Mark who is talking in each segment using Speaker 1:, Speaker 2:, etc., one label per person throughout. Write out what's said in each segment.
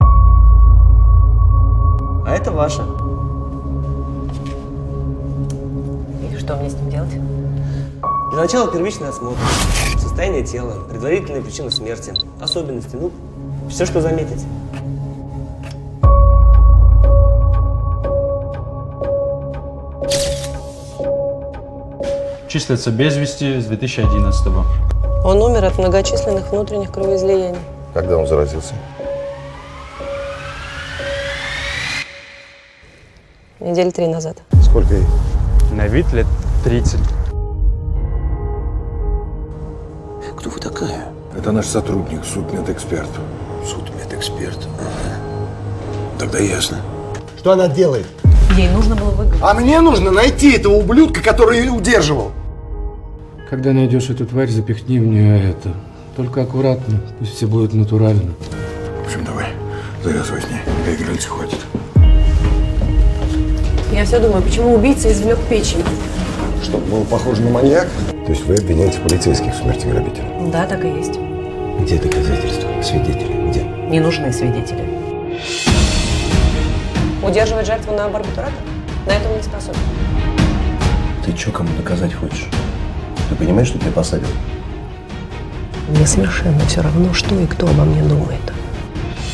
Speaker 1: А
Speaker 2: это ваше.
Speaker 3: И что мне с ним делать?
Speaker 1: Для начала первичный осмотр, состояние тела, предварительные причины смерти, особенности, ну, все, что заметить.
Speaker 4: Числится без вести с 2011 -го.
Speaker 5: Он умер от многочисленных внутренних кровоизлияний.
Speaker 6: Когда он заразился?
Speaker 5: Недели три назад.
Speaker 6: Сколько ей?
Speaker 4: На вид лет 30.
Speaker 7: Кто вы такая?
Speaker 8: Это наш сотрудник, судмедэксперт.
Speaker 7: Судмедэксперт. Ага. Тогда ясно.
Speaker 8: Что она делает?
Speaker 3: Ей нужно было выговорить.
Speaker 8: А мне нужно найти этого ублюдка, который ее удерживал.
Speaker 9: Когда найдешь эту тварь, запихни в нее это. Только аккуратно, пусть все будет натурально.
Speaker 8: В общем, давай, завязывай с ней. Поигрались, хватит.
Speaker 5: Я все думаю, почему убийца извлек печень?
Speaker 8: Чтобы было похоже на маньяк.
Speaker 6: То есть вы обвиняете полицейских в смерти грабителя?
Speaker 3: Да, так и есть.
Speaker 6: Где доказательства? Свидетели? Где?
Speaker 3: Не нужны свидетели.
Speaker 5: Удерживать жертву на барбитуратах? На это он не способен.
Speaker 7: Ты что кому доказать хочешь? Ты понимаешь, что тебя посадят?
Speaker 3: Мне совершенно все равно, что и кто обо мне думает.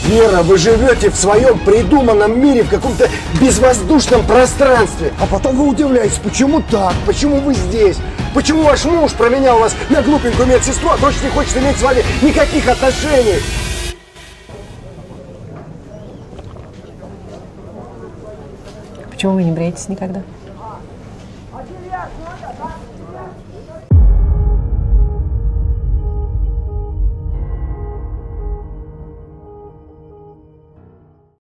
Speaker 8: Вера, вы живете в своем придуманном мире, в каком-то безвоздушном пространстве. А потом вы удивляетесь, почему так, почему вы здесь, почему ваш муж променял вас на глупенькую медсестру, а дочь не хочет иметь с вами никаких отношений.
Speaker 3: Почему Ну, вы не бреетесь никогда?